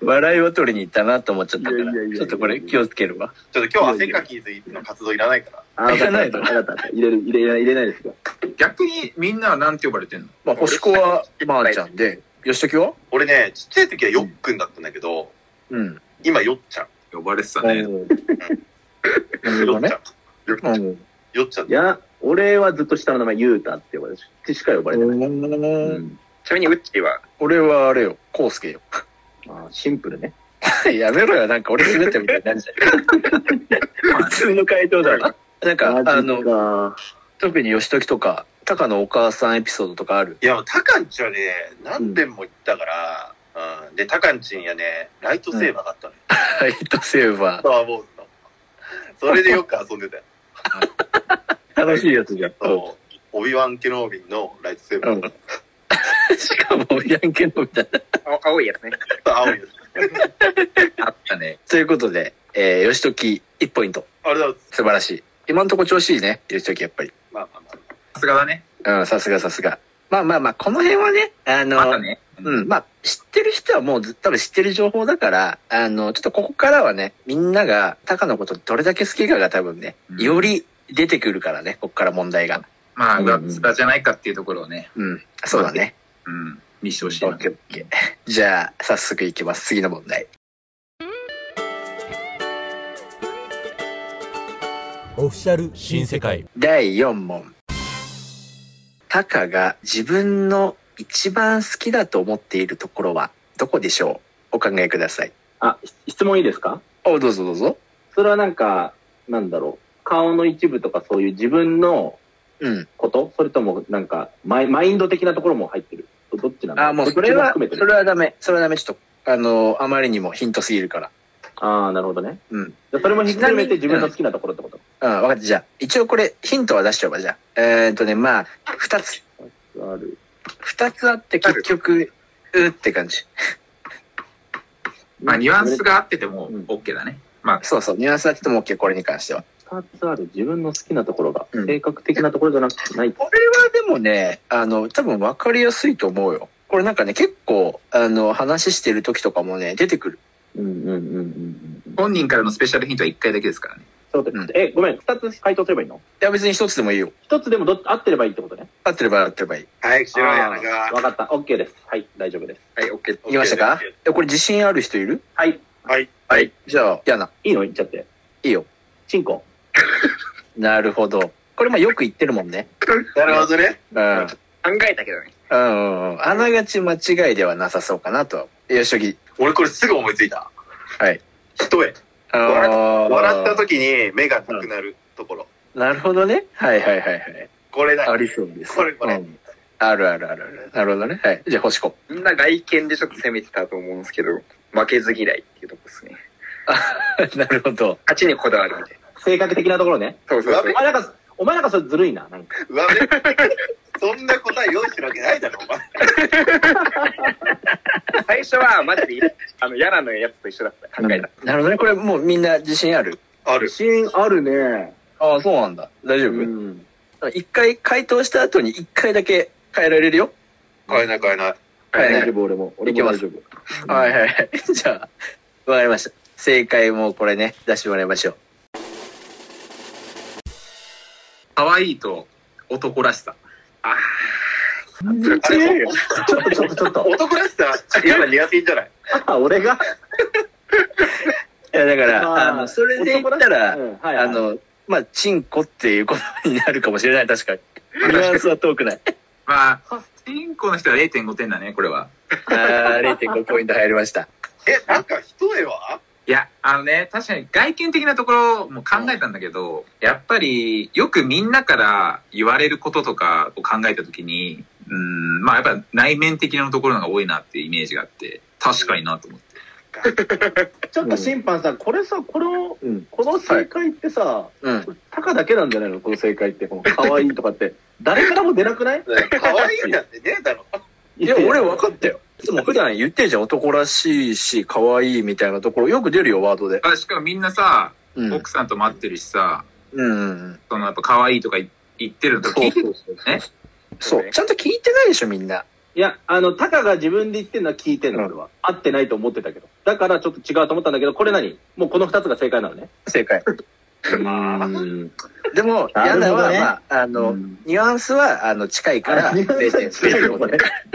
[SPEAKER 3] 笑いを取りに行ったなと思っちゃったか
[SPEAKER 4] いやいやいやい
[SPEAKER 3] ら、
[SPEAKER 4] や
[SPEAKER 3] ちょっとこれ気をつけるわ。
[SPEAKER 6] ちょっと今日はセカキーズの活動いらないから。
[SPEAKER 4] あ
[SPEAKER 3] いらないの
[SPEAKER 4] わかったわかった入れる、入れない、入れないですよ。
[SPEAKER 1] 逆にみんなはなんて呼ばれてんの
[SPEAKER 3] まあ、星子はまーちゃんで、吉時は
[SPEAKER 6] 俺ね、ちっちゃい時はよっくんだったんだけど、
[SPEAKER 3] うん。
[SPEAKER 6] 今よっちゃん。
[SPEAKER 1] 呼ばれてた
[SPEAKER 3] な
[SPEAKER 1] ね
[SPEAKER 3] る。ほど
[SPEAKER 6] よっ
[SPEAKER 3] ね
[SPEAKER 6] ちゃ。ん。
[SPEAKER 3] うん
[SPEAKER 6] よっちゃん。
[SPEAKER 4] いや、俺はずっと下の名前、ゆうたって呼ばれて、しか呼ばれてない。うん
[SPEAKER 7] ちなみに、ウッチーは、
[SPEAKER 3] 俺はあれよ、コウスケよ。
[SPEAKER 4] まあ、シンプルね。
[SPEAKER 3] やめろよ、なんか俺滑ったみたいになるじゃん。普通の回答だろ。なんか、あの、
[SPEAKER 4] の、
[SPEAKER 3] 特に義時とか、タカのお母さんエピソードとかある。
[SPEAKER 6] いや、タカンチはね、何遍も行ったから、うんで、タカンチにはね、ライトセーバーがあったのよ。
[SPEAKER 3] ライトセーバー。
[SPEAKER 6] スター・ウォーズの。それでよく遊んでたよ。
[SPEAKER 4] 楽しいや つじゃん。
[SPEAKER 6] そうオビワン・ケノービンのライトセーバーがあっ
[SPEAKER 3] しかも、ヤンケンのみたいな。
[SPEAKER 7] あ青いやつね。
[SPEAKER 6] た。青いやつ。
[SPEAKER 1] あったね。
[SPEAKER 3] ということで、えー、義時1ポイント。
[SPEAKER 6] あれだ、
[SPEAKER 3] 素晴らしい。今んとこ調子いいね、義時やっぱり。
[SPEAKER 6] まあまあまあ。
[SPEAKER 1] さすがだね。
[SPEAKER 3] うん、さすがさすが。まあまあまあ、この辺はね、あの、
[SPEAKER 1] またね。
[SPEAKER 3] うん、まあ、知ってる人はもうず多分知ってる情報だから、あの、ちょっとここからはね、みんながタカのことどれだけ好きかが多分ね、
[SPEAKER 1] うん
[SPEAKER 3] より出てくるからね、ここから問題が。
[SPEAKER 1] まあ、
[SPEAKER 4] うん
[SPEAKER 1] 上っ面じゃないかっていうところをね、
[SPEAKER 3] うん、そうだね。
[SPEAKER 1] うん、見してほしい
[SPEAKER 3] オ
[SPEAKER 1] な
[SPEAKER 3] ッ。ケーオッケー。じゃあ、早速いきます。次の問題。
[SPEAKER 8] オフィシャル
[SPEAKER 2] 新世界
[SPEAKER 3] 第4問。タカが自分の一番好きだと思っているところはどこでしょうお考えください。
[SPEAKER 4] あ、し質問いいですか
[SPEAKER 3] お、どうぞどうぞ。
[SPEAKER 4] それはなんか、なんだろう。顔の一部とかそういう自分の
[SPEAKER 3] うん。
[SPEAKER 4] ことそれともなんかマイ、マインド的なところも入ってる。どどっちなの
[SPEAKER 3] あ、もうそれは、
[SPEAKER 4] どっちも含めて
[SPEAKER 3] そ
[SPEAKER 4] る
[SPEAKER 3] れはダメ。それはダメ。ちょっと、あの、あまりにもヒントすぎるから。
[SPEAKER 4] ああ、なるほどね。
[SPEAKER 3] うん。
[SPEAKER 4] じゃあそれもひっくるめて自分の好きなところってこと
[SPEAKER 3] うん、分かった。じゃあ、一応これ、ヒントは出しちゃおうか、じゃあ。えーっとね、まあ、二つ。
[SPEAKER 4] ある。
[SPEAKER 3] 二つあって結局、うーって感じ。
[SPEAKER 1] まあ、ニュアンスがあってても
[SPEAKER 4] うん
[SPEAKER 1] OK だね。
[SPEAKER 3] そうそう、ニュアンスあってても OK、これに関しては。
[SPEAKER 4] 二つある自分の好きなところが、
[SPEAKER 3] うん
[SPEAKER 4] 性格的なところじゃなくてない。
[SPEAKER 3] これはでもね、あの、多分分かりやすいと思うよ。これなんかね、結構、あの、話してる時とかもね、出てくる。
[SPEAKER 4] うんうんうんうんうん。
[SPEAKER 1] 本人からのスペシャルヒントは1回だけですからね。
[SPEAKER 4] そうだよねえ、ごめん、二つ回答すればいいの
[SPEAKER 3] いや、別に一つでもいいよ。
[SPEAKER 4] 一つでもどっ合ってればいいってことね。
[SPEAKER 3] 合ってれば合ってればいい。
[SPEAKER 6] 早くしろよ、柳
[SPEAKER 4] あー
[SPEAKER 6] 川。
[SPEAKER 4] わかった。OK です。はい、大丈夫です。
[SPEAKER 7] はい、オッケー。
[SPEAKER 3] いきましたか
[SPEAKER 6] OK
[SPEAKER 3] でこれ自信ある人いる
[SPEAKER 4] はい、
[SPEAKER 6] はい。
[SPEAKER 3] はい。じゃあ、やな。
[SPEAKER 4] いいの言っちゃって。
[SPEAKER 3] いいよ。
[SPEAKER 4] チンコ。
[SPEAKER 3] なるほど。これまあよく言ってるもんね。
[SPEAKER 6] なるほどね。
[SPEAKER 3] うん。
[SPEAKER 7] 考えたけどね。
[SPEAKER 3] うんうんうん。あながち間違いではなさそうかなとは。よしとき。
[SPEAKER 6] 俺これすぐ思いついた。
[SPEAKER 3] はい。
[SPEAKER 6] 一重。笑笑
[SPEAKER 3] 笑
[SPEAKER 6] った時に目がなくなるところ。
[SPEAKER 3] なるほどね。はいはいはいはい。
[SPEAKER 6] これだ。
[SPEAKER 3] ありそうです。
[SPEAKER 6] これこれ
[SPEAKER 3] うんあるあるあるある。なるほどね。はい。じゃあ、星子。
[SPEAKER 7] みんな外見でちょっと攻めてたと思うんですけど、負けず嫌いっていうとこですね。
[SPEAKER 3] なるほど。
[SPEAKER 7] 勝ちにこだわるみたいな。
[SPEAKER 4] 性格的なところね。
[SPEAKER 7] そうそうそう
[SPEAKER 4] お。前なんか、お前なんかそれずるいな。なんか。
[SPEAKER 6] 上目。そんな答え用意してるわけないだろ、お前。
[SPEAKER 7] 最初はマジで、あの、ヤナのやつと一緒だった。考えた。
[SPEAKER 3] なるほどね。これもうみんな自信ある
[SPEAKER 6] ある。
[SPEAKER 4] 自信あるね。
[SPEAKER 3] ああ、そうなんだ。大丈
[SPEAKER 4] う
[SPEAKER 3] 夫
[SPEAKER 4] ん。
[SPEAKER 3] 一回回答した後に一回だけ変えられるよ。
[SPEAKER 6] 変えない変えない。
[SPEAKER 3] はい
[SPEAKER 4] 大丈夫、俺も。俺も大丈夫。
[SPEAKER 3] はいはいはい。 じゃあ、わかりました。正解もこれね、出してもらいましょう。
[SPEAKER 1] 可愛いと男らしさ。
[SPEAKER 6] あれ、
[SPEAKER 4] ちょっとちょっとちょ っと。
[SPEAKER 6] 男らしさ、やだ、苦手じゃない。
[SPEAKER 4] あ、俺が。
[SPEAKER 3] いや、だから、
[SPEAKER 4] まあ
[SPEAKER 3] あの、それで言ったら、
[SPEAKER 4] うん、はい、はい。
[SPEAKER 3] あの、まあ、チンコっていうことになるかもしれない、確か に。ニュアンスは遠くない。
[SPEAKER 1] まあ、チンコの人は0.5点だね、これは。
[SPEAKER 3] あー0.5ポイント入りました。
[SPEAKER 6] え、なんか一重はい
[SPEAKER 1] や、あのね、確かに外見的なところも考えたんだけど、やっぱりよくみんなから言われることとかを考えたときに、うん、まあやっぱ内面的なところのが多いなっていうイメージがあって、確かになと思って。
[SPEAKER 4] ちょっと審判さん、これさ、この、
[SPEAKER 3] うん
[SPEAKER 4] この正解ってさ、
[SPEAKER 3] うん。
[SPEAKER 4] タカだけなんじゃないのこの正 解って。この可愛いとかって。誰からも出なくない
[SPEAKER 6] 可愛いなんてねえだろ。
[SPEAKER 3] いや、俺分
[SPEAKER 4] は
[SPEAKER 3] かったよ。いつも普段言ってんじゃん、男らしいし、可愛いみたいなところ、よく出るよ、ワードで。
[SPEAKER 1] あしかもみんなさ、
[SPEAKER 3] うん。うん
[SPEAKER 1] 奥さんと待ってるしさ、
[SPEAKER 3] うん。
[SPEAKER 1] そのやっぱ可愛いとか言言ってるのと
[SPEAKER 3] そ
[SPEAKER 1] 聞
[SPEAKER 3] う
[SPEAKER 1] いて
[SPEAKER 3] そうそう
[SPEAKER 1] ね。
[SPEAKER 3] そう、ちゃんと聞いてないでしょ、みんな。
[SPEAKER 4] いや、あの、タカが自分で言ってんのは聞いてん
[SPEAKER 3] う
[SPEAKER 4] の、
[SPEAKER 3] ん
[SPEAKER 4] 俺は。合ってないと思ってたけど。だからちょっと違うと思ったんだけど、これ何もうこの二つが正解なのね。
[SPEAKER 3] 正解。
[SPEAKER 4] うん。
[SPEAKER 3] でも、
[SPEAKER 4] なる
[SPEAKER 3] ヤ
[SPEAKER 4] ほどね
[SPEAKER 3] ナは、まあ、あの、
[SPEAKER 4] うん
[SPEAKER 3] ニュアンスは、あの、近いから、
[SPEAKER 4] あニュアンスは近いよ
[SPEAKER 3] 0.5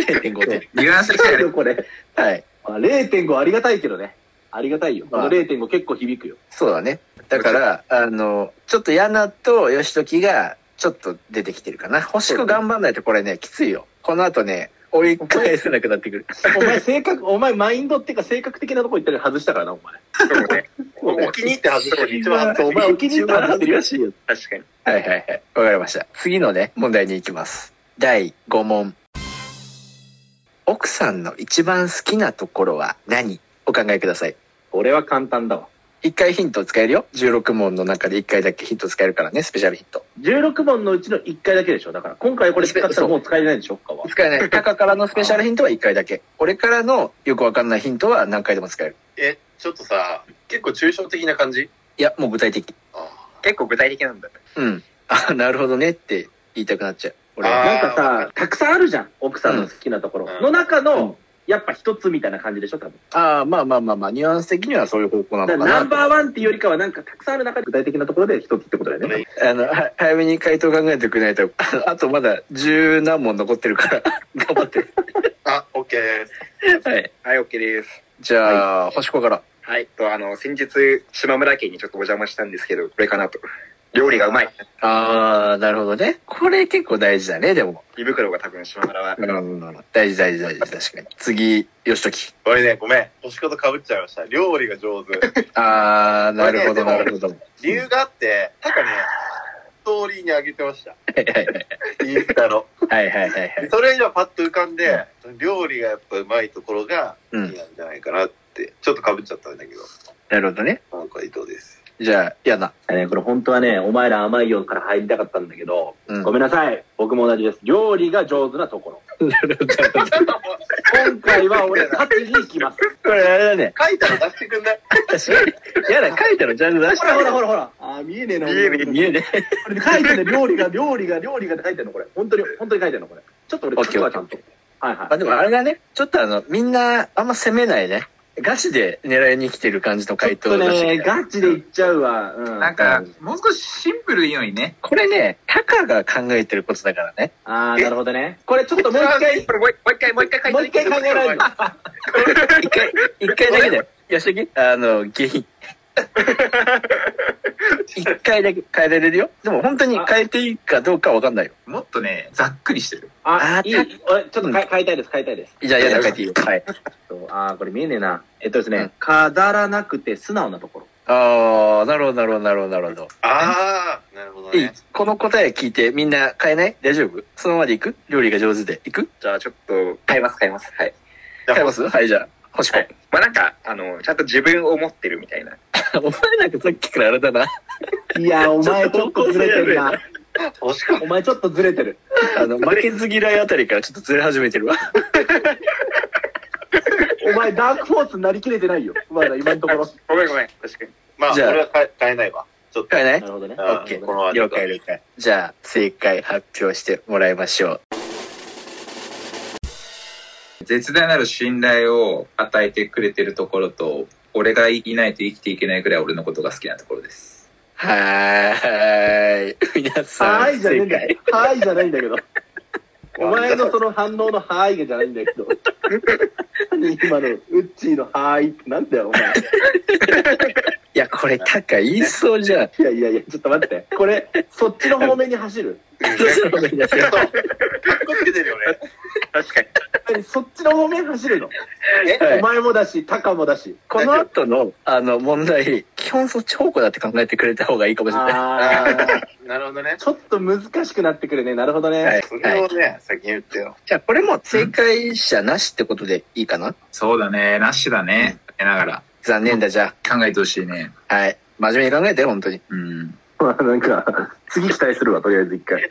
[SPEAKER 3] 点。0.5点。
[SPEAKER 1] ニュアンス
[SPEAKER 4] 近
[SPEAKER 1] が
[SPEAKER 4] い よ、これ。
[SPEAKER 3] はい。
[SPEAKER 4] まあ0.5ありがたいけどね。ありがたいよ。こ
[SPEAKER 3] まあ
[SPEAKER 4] の0.5結構響くよ。
[SPEAKER 3] そうだね。だから、あの、ちょっとヤナとヨシトキが、ちょっと出てきてるかな。星子頑張んないとこれね、きついよ。この後ね、追い返せなくなってくる。
[SPEAKER 4] お前性格、 お前マインドっていうか性格的なとこ行ったり外したからな、お前。
[SPEAKER 7] そうね。
[SPEAKER 6] お気に入って外してる一番外
[SPEAKER 4] そうお前お気に入ったら外してるらしいよ。
[SPEAKER 7] 確かに。
[SPEAKER 3] はいはいはい。わかりました。次のね、問題に行きます。第5問。奥さんの一番好きなところは何お考えください。
[SPEAKER 4] 俺は簡単だわ。
[SPEAKER 3] 一回ヒント使えるよ。16問の中で一回だけヒント使えるからね、スペシャルヒント。
[SPEAKER 4] 16問のうちの1回だけでしょ。だから今回これ使ったらもう使えないでしょ、他は。
[SPEAKER 3] 使えない。タカからのスペシャルヒントは一回だけ。俺からのよくわかんないヒントは何回でも使える。
[SPEAKER 6] え、ちょっとさ、結構抽象的な感じ
[SPEAKER 3] いや、もう具体的。
[SPEAKER 6] あ
[SPEAKER 7] 結構具体的なんだ。
[SPEAKER 3] うん。あ、なるほどねって言いたくなっちゃう。俺
[SPEAKER 6] あー
[SPEAKER 4] なんかさ、たくさんあるじゃん。奥さんの好きなところ。
[SPEAKER 6] うん
[SPEAKER 4] の中の、
[SPEAKER 3] うん
[SPEAKER 4] やっぱ一つみたいな感じでしょ、多分。
[SPEAKER 3] ああ、まあまあまあまあ、ニュアンス的にはそういう方向な
[SPEAKER 4] だ
[SPEAKER 3] の
[SPEAKER 4] か
[SPEAKER 3] からな。
[SPEAKER 4] ナンバーワンっていうよりかは、なんかたくさんある中で具体的なところで一つってことだよね。
[SPEAKER 3] あの、は早めに回答考えてくれないと、あのあとまだ十何問残ってるから、頑張って。
[SPEAKER 6] あ、オッケーです。
[SPEAKER 3] はい。
[SPEAKER 7] はい、OK です。
[SPEAKER 3] じゃあ、星子から。
[SPEAKER 7] はい、と、あの、先日、島村家にちょっとお邪魔したんですけど、これかなと。料理がうまい。
[SPEAKER 3] ああ、なるほどね。これ結構大事だね、でも。
[SPEAKER 7] 胃袋が多分島村は。
[SPEAKER 3] なるほどなるほど大事大事大事、確かに。次、よしとき。
[SPEAKER 6] 俺ね、ごめん。星子と被っちゃいました。料理が上手。
[SPEAKER 3] ああ、なるほど、
[SPEAKER 6] こ
[SPEAKER 3] な
[SPEAKER 6] れね
[SPEAKER 3] るほど。は
[SPEAKER 6] 理由があって、なんかね、ストーリーに上げてました。
[SPEAKER 3] いはいはい。
[SPEAKER 6] インスタの。
[SPEAKER 3] はいはいはいはい。
[SPEAKER 6] それにはパッと浮かんで、料理がやっぱうまいところが好
[SPEAKER 3] う
[SPEAKER 6] きなん
[SPEAKER 3] ん。
[SPEAKER 6] じゃないかなって、ちょっと被っちゃったんだけど、
[SPEAKER 3] なるほどね。
[SPEAKER 6] 今回どうです。
[SPEAKER 3] じゃあ、やな。
[SPEAKER 4] あれねこれ本当はね、お前ら甘いよから入りたかったんだけど、
[SPEAKER 3] うん。
[SPEAKER 4] ごめんなさい。僕も同じです。料理が上手なとこ ろ。
[SPEAKER 3] なるほどなるほど。
[SPEAKER 4] 今回は俺、勝ちに行きます。
[SPEAKER 3] これあれだね。
[SPEAKER 6] 書いたら出してく んない
[SPEAKER 3] 確かに。やだ、書いたのジャンル出し
[SPEAKER 4] ほ
[SPEAKER 3] た。
[SPEAKER 4] らほらほらほら。あー、見えねえな。
[SPEAKER 7] 見えねえ
[SPEAKER 4] 俺
[SPEAKER 3] 見えね。
[SPEAKER 4] これ書いてる料理が、料理が、料理がって書いてるのこれ。本当 に、本当に書いてるのこれ。ちょっと俺、
[SPEAKER 3] オッケー
[SPEAKER 4] 書くわちゃんと。はいはい
[SPEAKER 3] ま。あでもあれがね、ちょっとあの、みんなあんま攻めないね。ガチで狙いに来てる感じの回
[SPEAKER 4] ちょ
[SPEAKER 3] 答
[SPEAKER 4] っ
[SPEAKER 3] だし
[SPEAKER 4] とね、ガチでいっちゃうわ。うん。
[SPEAKER 1] なんか、もう少しシンプルでいいのにね。
[SPEAKER 3] これね、タカが考えてることだからね。
[SPEAKER 4] あー、なるほどね。これちょっともう一回、
[SPEAKER 7] これもう一回、もう一回、
[SPEAKER 4] もう
[SPEAKER 7] もう
[SPEAKER 4] 一
[SPEAKER 7] 一
[SPEAKER 4] 回考
[SPEAKER 7] 回書い
[SPEAKER 4] え
[SPEAKER 7] て
[SPEAKER 4] られるの。
[SPEAKER 3] 一回、一回だけだよ。よしときあの、下品。一回だけ変えられるよ。でも本当に変えていいかどうかわかんないよ。
[SPEAKER 1] もっとね、ざっくりしてる。
[SPEAKER 3] あ、
[SPEAKER 4] あいい。俺、ちょっとか変えたいです、変えたいです。
[SPEAKER 3] じゃあ、やだ、変えていいよ。はい。
[SPEAKER 4] そうあー、これ見えねえな。えっとです
[SPEAKER 3] う
[SPEAKER 4] ね
[SPEAKER 3] ん、
[SPEAKER 4] 飾らなくて素直なところ。
[SPEAKER 3] あー、なるほど、なるほど、なるほど、なるほど。
[SPEAKER 6] あー、なるほど
[SPEAKER 3] いい
[SPEAKER 6] ね。
[SPEAKER 3] この答え聞いてみんな変えない大丈夫そのままでいく料理が上手でいく
[SPEAKER 7] じゃあちょっと、変えます、変えます。はい。
[SPEAKER 6] じゃあ
[SPEAKER 3] 変えますはい、じゃあ、星子。
[SPEAKER 7] はい。まあなんか、あの、ちゃんと自分を持ってるみたいな。
[SPEAKER 3] お前なんかさっきからあれだな。
[SPEAKER 4] いや、お前 ちょっとずれてるな。
[SPEAKER 6] 星子、
[SPEAKER 4] お前ちょっとずれてる。
[SPEAKER 3] あの、負けず嫌いあたりからちょっとずれ始めてるわ。
[SPEAKER 4] お前ダークフォースになりきれてないよ。まだ今のと ころ。
[SPEAKER 7] ごめんごめん。確かに。
[SPEAKER 6] まあ、
[SPEAKER 3] じゃあ
[SPEAKER 6] 俺は変え変えないわ。ちょっと。
[SPEAKER 3] 変えな
[SPEAKER 4] ないるほどね。
[SPEAKER 6] あ
[SPEAKER 3] オッケ
[SPEAKER 6] ー
[SPEAKER 3] ー
[SPEAKER 6] このままで
[SPEAKER 3] 了解了解。じゃあ、正解発表してもらいましょう。
[SPEAKER 1] 絶大なる信頼を与えてくれてるところと、俺がいないと生きていけないくらい俺のことが好きなところです。
[SPEAKER 3] はーい。皆さん、
[SPEAKER 4] はーいじゃね
[SPEAKER 3] 正
[SPEAKER 4] えんだ
[SPEAKER 3] 解
[SPEAKER 4] よ。はーいじゃないんだけど。お前のその反応のはーいがじゃないんだけど。何今のウッチーのはーいってなんだよ、お前。
[SPEAKER 3] いや、これ、タカ言いそう じゃん。
[SPEAKER 4] いやいやいや、ちょっと待って。これ、そっちの方面に走る。
[SPEAKER 3] そうそう皆さん
[SPEAKER 6] そう。かっこつけてるよね。
[SPEAKER 7] 確かに。
[SPEAKER 4] 何そっちの方面走るの。
[SPEAKER 3] はい
[SPEAKER 4] お前もだし、タカもだし。
[SPEAKER 3] この後の、あの、問題、基本そっち方向だって考えてくれた方がいいかもしれない。
[SPEAKER 4] あ
[SPEAKER 6] あ
[SPEAKER 4] ー
[SPEAKER 6] ーなるほどね。
[SPEAKER 4] ちょっと難しくなってくるね。なるほどね。
[SPEAKER 3] はい
[SPEAKER 6] それをね、先に言ってよ。
[SPEAKER 3] じゃあ、これも正解者なしってことでいいかな
[SPEAKER 1] そうだね、なしだね。えながら。
[SPEAKER 3] 残念だ、じゃ
[SPEAKER 1] 考えてほしいね。
[SPEAKER 3] あ。はい。真面目に考えて、本当に。
[SPEAKER 1] うん。
[SPEAKER 4] まあなんか、次期待するわ、とりあえず一回。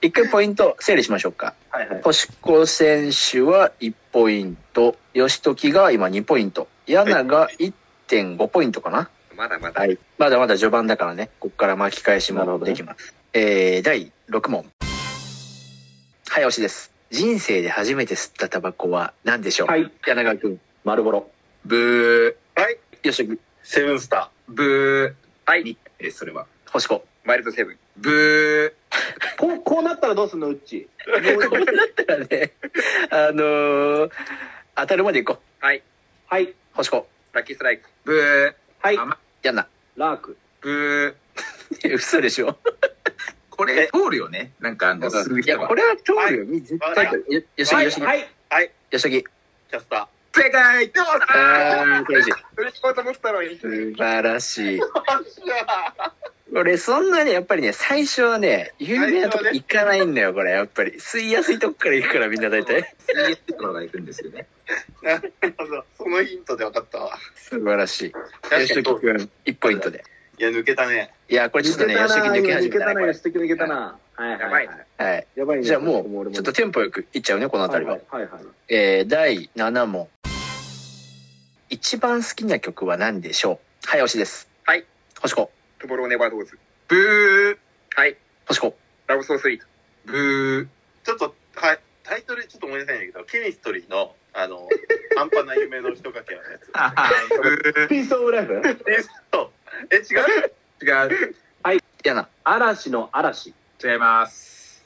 [SPEAKER 3] 一回ポイント整理しましょうか。
[SPEAKER 4] はいはい。
[SPEAKER 3] 星子選手は1ポイント、吉時が今2ポイント、柳が1.5ポイントかな。
[SPEAKER 7] まだまだ。
[SPEAKER 3] はい。まだまだ序盤だからね、ここから巻き返し
[SPEAKER 4] なる
[SPEAKER 3] も
[SPEAKER 4] ほどね
[SPEAKER 3] できます。えー、第6問。早押しです。人生で初めて吸ったタバコは何でしょう、
[SPEAKER 4] はい、
[SPEAKER 3] 柳川君、
[SPEAKER 4] 丸ボロ。
[SPEAKER 1] ブ
[SPEAKER 3] 吉時、
[SPEAKER 6] セブンスタ
[SPEAKER 1] ー、ブ
[SPEAKER 7] はい。
[SPEAKER 1] ー、え、それは。
[SPEAKER 3] 星 子。
[SPEAKER 7] マイルドセブン。
[SPEAKER 1] ブ
[SPEAKER 4] こう、こうなったらどうすんの、うっち
[SPEAKER 3] こうなったらね、あのー、当たるまでいこう。
[SPEAKER 4] はい。
[SPEAKER 3] 星子、
[SPEAKER 7] ラッキーストライク。
[SPEAKER 1] ー、ブー、
[SPEAKER 4] はい。
[SPEAKER 1] あ
[SPEAKER 3] 柳。
[SPEAKER 4] ラーク。
[SPEAKER 1] ブ
[SPEAKER 3] え嘘でしょ
[SPEAKER 1] これ通るよね。なんかあの、すぐ
[SPEAKER 3] いや、これは通るよ。み絶対通る。よよし
[SPEAKER 4] は
[SPEAKER 3] ぎ、
[SPEAKER 4] い
[SPEAKER 3] よしぎ、
[SPEAKER 4] はい。
[SPEAKER 3] よしぎ。
[SPEAKER 6] キャスタ
[SPEAKER 1] 正解
[SPEAKER 3] あー、これじ
[SPEAKER 7] れ聞こうと思ったのに。
[SPEAKER 3] 素晴らしい。
[SPEAKER 6] ー。よっしゃ
[SPEAKER 3] これそんなね、やっぱりね、最初はね、有名なとこ行かないんだよ、これ。やっぱり。吸いやすいとこから行くから、みんな大体。
[SPEAKER 1] 水泳ってところが行くんですよね。
[SPEAKER 6] ーなるほどそのヒントで分かったわ。
[SPEAKER 3] 素晴らしい。
[SPEAKER 6] 確か
[SPEAKER 3] よ
[SPEAKER 6] に
[SPEAKER 3] しぎくん、1ポイントで。
[SPEAKER 6] いや、抜けたね。
[SPEAKER 3] いや、これちょっとね、よしぎ抜け始めたね、こ
[SPEAKER 4] 抜
[SPEAKER 3] れ。
[SPEAKER 4] けたな、抜けたな。はいはいはい。
[SPEAKER 3] はい。
[SPEAKER 4] やばいね。
[SPEAKER 3] じゃあもう、ちょっとテンポよくいっちゃうね、このあ
[SPEAKER 4] 当
[SPEAKER 3] たりは。
[SPEAKER 4] はいはい。
[SPEAKER 3] えー、第7問。一番好きな曲は何でしょう早押しです。
[SPEAKER 7] はい。
[SPEAKER 3] 星子、
[SPEAKER 7] トボローネバードーズ。
[SPEAKER 1] ブー、
[SPEAKER 7] はい。
[SPEAKER 3] 星子。
[SPEAKER 7] ラブソースイート。
[SPEAKER 1] ブ
[SPEAKER 6] ちょっと、はい。タイトルちょっと思い出せないんだけど、ケミストリーの、あの、半端な夢の人かけのやつ。
[SPEAKER 1] ー、あーブ
[SPEAKER 4] ピースオブライフ
[SPEAKER 6] え、違う
[SPEAKER 1] ー、違う、
[SPEAKER 3] やな。
[SPEAKER 4] 嵐の嵐。
[SPEAKER 1] 違います。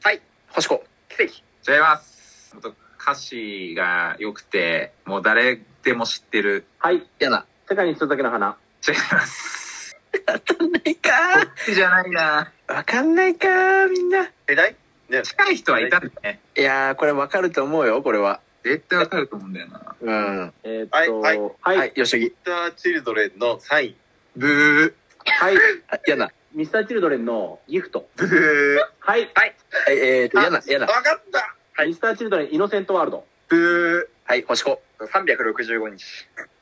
[SPEAKER 3] 星子。
[SPEAKER 7] 奇跡。
[SPEAKER 1] 違います。本当歌詞が良くて、もう誰でも知ってる。
[SPEAKER 4] はい。
[SPEAKER 3] やな。
[SPEAKER 4] 世界に一つだけの花。
[SPEAKER 1] 違います。
[SPEAKER 3] 当たんないか
[SPEAKER 1] 好きじゃないな。
[SPEAKER 3] ーわかんないかーみんな。い
[SPEAKER 6] 世代
[SPEAKER 1] 近い人はいたんだね。
[SPEAKER 3] やー、これわかると思うよ、これは。
[SPEAKER 1] 絶対わかると思うんだよな。
[SPEAKER 3] うん。
[SPEAKER 4] えーっ
[SPEAKER 6] はい
[SPEAKER 4] と、
[SPEAKER 6] はい
[SPEAKER 4] はい。
[SPEAKER 3] は
[SPEAKER 4] はい
[SPEAKER 3] い、よしぎ。
[SPEAKER 6] ター・チルドレンのサイン。
[SPEAKER 1] ブ
[SPEAKER 4] はい。
[SPEAKER 3] あやな。
[SPEAKER 4] ミスターチルドレンのギフト。
[SPEAKER 1] ー、ブー、
[SPEAKER 4] はい。
[SPEAKER 3] はい、えーと、やな、やな。
[SPEAKER 6] わかった
[SPEAKER 4] ミスターチルドレンイノセントワールド。
[SPEAKER 1] ブ
[SPEAKER 3] はい、星子。
[SPEAKER 7] 365日。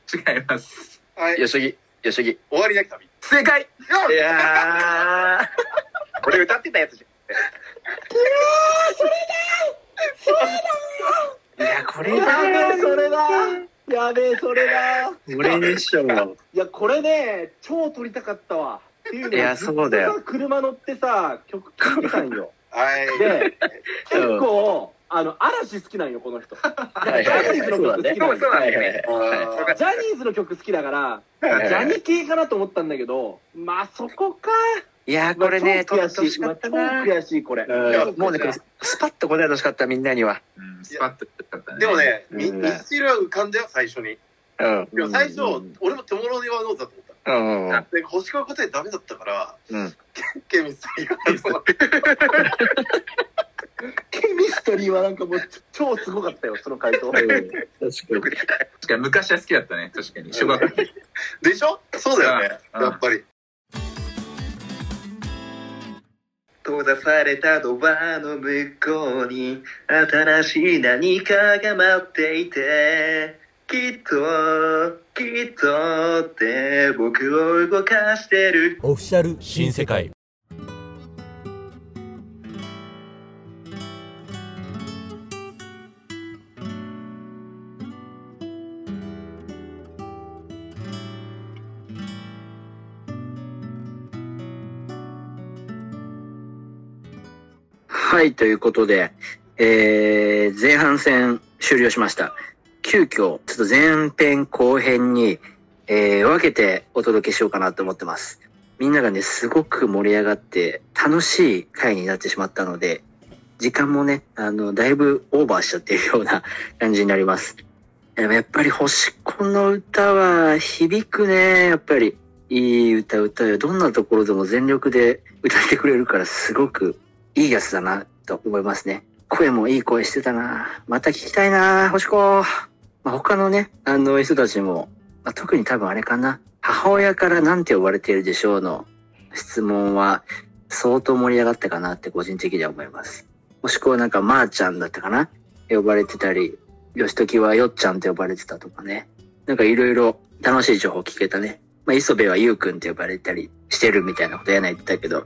[SPEAKER 1] ー、違います。
[SPEAKER 6] はい。
[SPEAKER 3] よしぎ。よしぎ。
[SPEAKER 6] 終わりなき旅。
[SPEAKER 1] 正解
[SPEAKER 3] いやー。
[SPEAKER 7] これ歌ってたやつじ
[SPEAKER 3] いや、これ
[SPEAKER 4] や
[SPEAKER 3] だ
[SPEAKER 4] べえ、それだ。やべえ、それだ。
[SPEAKER 3] これでしょう。
[SPEAKER 4] いや、これね、超撮りたかったわ。っていうの
[SPEAKER 3] いやそうだよ
[SPEAKER 4] ずっとさ車乗ってさ、曲聴いてたん よ。
[SPEAKER 6] はい。
[SPEAKER 4] で、結構、あの、嵐好きなんよ、こ の人。
[SPEAKER 3] はいはいはい。そうだね。
[SPEAKER 7] ゃん。そうそうなんだよ
[SPEAKER 3] はい
[SPEAKER 7] ね。
[SPEAKER 6] あ
[SPEAKER 4] ジャニーズの曲好きだから、
[SPEAKER 3] はいはい
[SPEAKER 4] ジャニ系かなと思ったんだけど、まあそこか。
[SPEAKER 3] いやー、これね、
[SPEAKER 4] まあ超悔しい。まあ、超悔しい、これ。
[SPEAKER 6] いや
[SPEAKER 3] もうね、これスパッと答えてほしかった、みんなには。
[SPEAKER 1] うん、スパッと言っちゃったね。
[SPEAKER 6] ーでも、ね、
[SPEAKER 3] うん
[SPEAKER 6] ミスチルは浮かんだよ、最初に。
[SPEAKER 3] うん。
[SPEAKER 6] でも最初
[SPEAKER 4] うん、
[SPEAKER 6] 俺もトモローネワーノーズだと思っ
[SPEAKER 3] うん。うん
[SPEAKER 6] た。で、星川答えダメだったから、
[SPEAKER 3] うん
[SPEAKER 6] ケミストリーが。
[SPEAKER 4] ケミストリーはなんかもう超すごかったよ、その回答。
[SPEAKER 3] 確かに。
[SPEAKER 1] 確かに昔は好きだったね。確かに。小学校の時
[SPEAKER 6] でしょそうだよね。
[SPEAKER 1] うん
[SPEAKER 6] やっぱり。
[SPEAKER 7] 閉ざされたドアの向こうに新しい何かが待っていてきっときっとって僕を動かしてる
[SPEAKER 8] オフィシャル
[SPEAKER 2] 新世界。
[SPEAKER 3] はい、ということで、えー、前半戦終了しました。急遽、ちょっと前編後編に、えー、分けてお届けしようかなと思ってます。みんながね、すごく盛り上がって、楽しい回になってしまったので、時間もね、あの、だいぶオーバーしちゃってるような 感じになります。でもやっぱり星子の歌は響くね、やっぱり。いい歌歌うよ。どんなところでも全力で歌ってくれるからすごくいいやつだなと思いますね。声もいい声してたな。また聞きたいな、星子。まあ、他のね、あの人たちも、まあ、特に多分あれかな。母親からなんて呼ばれているでしょうの質問は相当盛り上がったかなって個人的には思います。もしくはなんか、まーちゃんだったかな呼ばれてたり、よしときはよっちゃんって呼ばれてたとかね。なんかいろいろ楽しい情報聞けたね。まあ、磯部はゆうくんって呼ばれたりしてるみたいなことやないってたけど、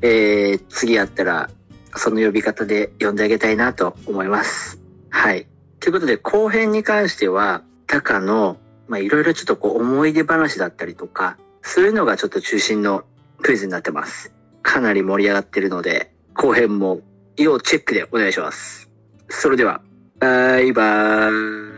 [SPEAKER 3] えー、次やったら、その呼び方で呼んであげたいなと思います。はい。ということで、後編に関しては、タカの、まあ、いろいろちょっとこう、思い出話だったりとか、そういうのがちょっと中心のクイズになってます。かなり盛り上がってるので、後編も要チェックでお願いします。それでは、バイバーイ。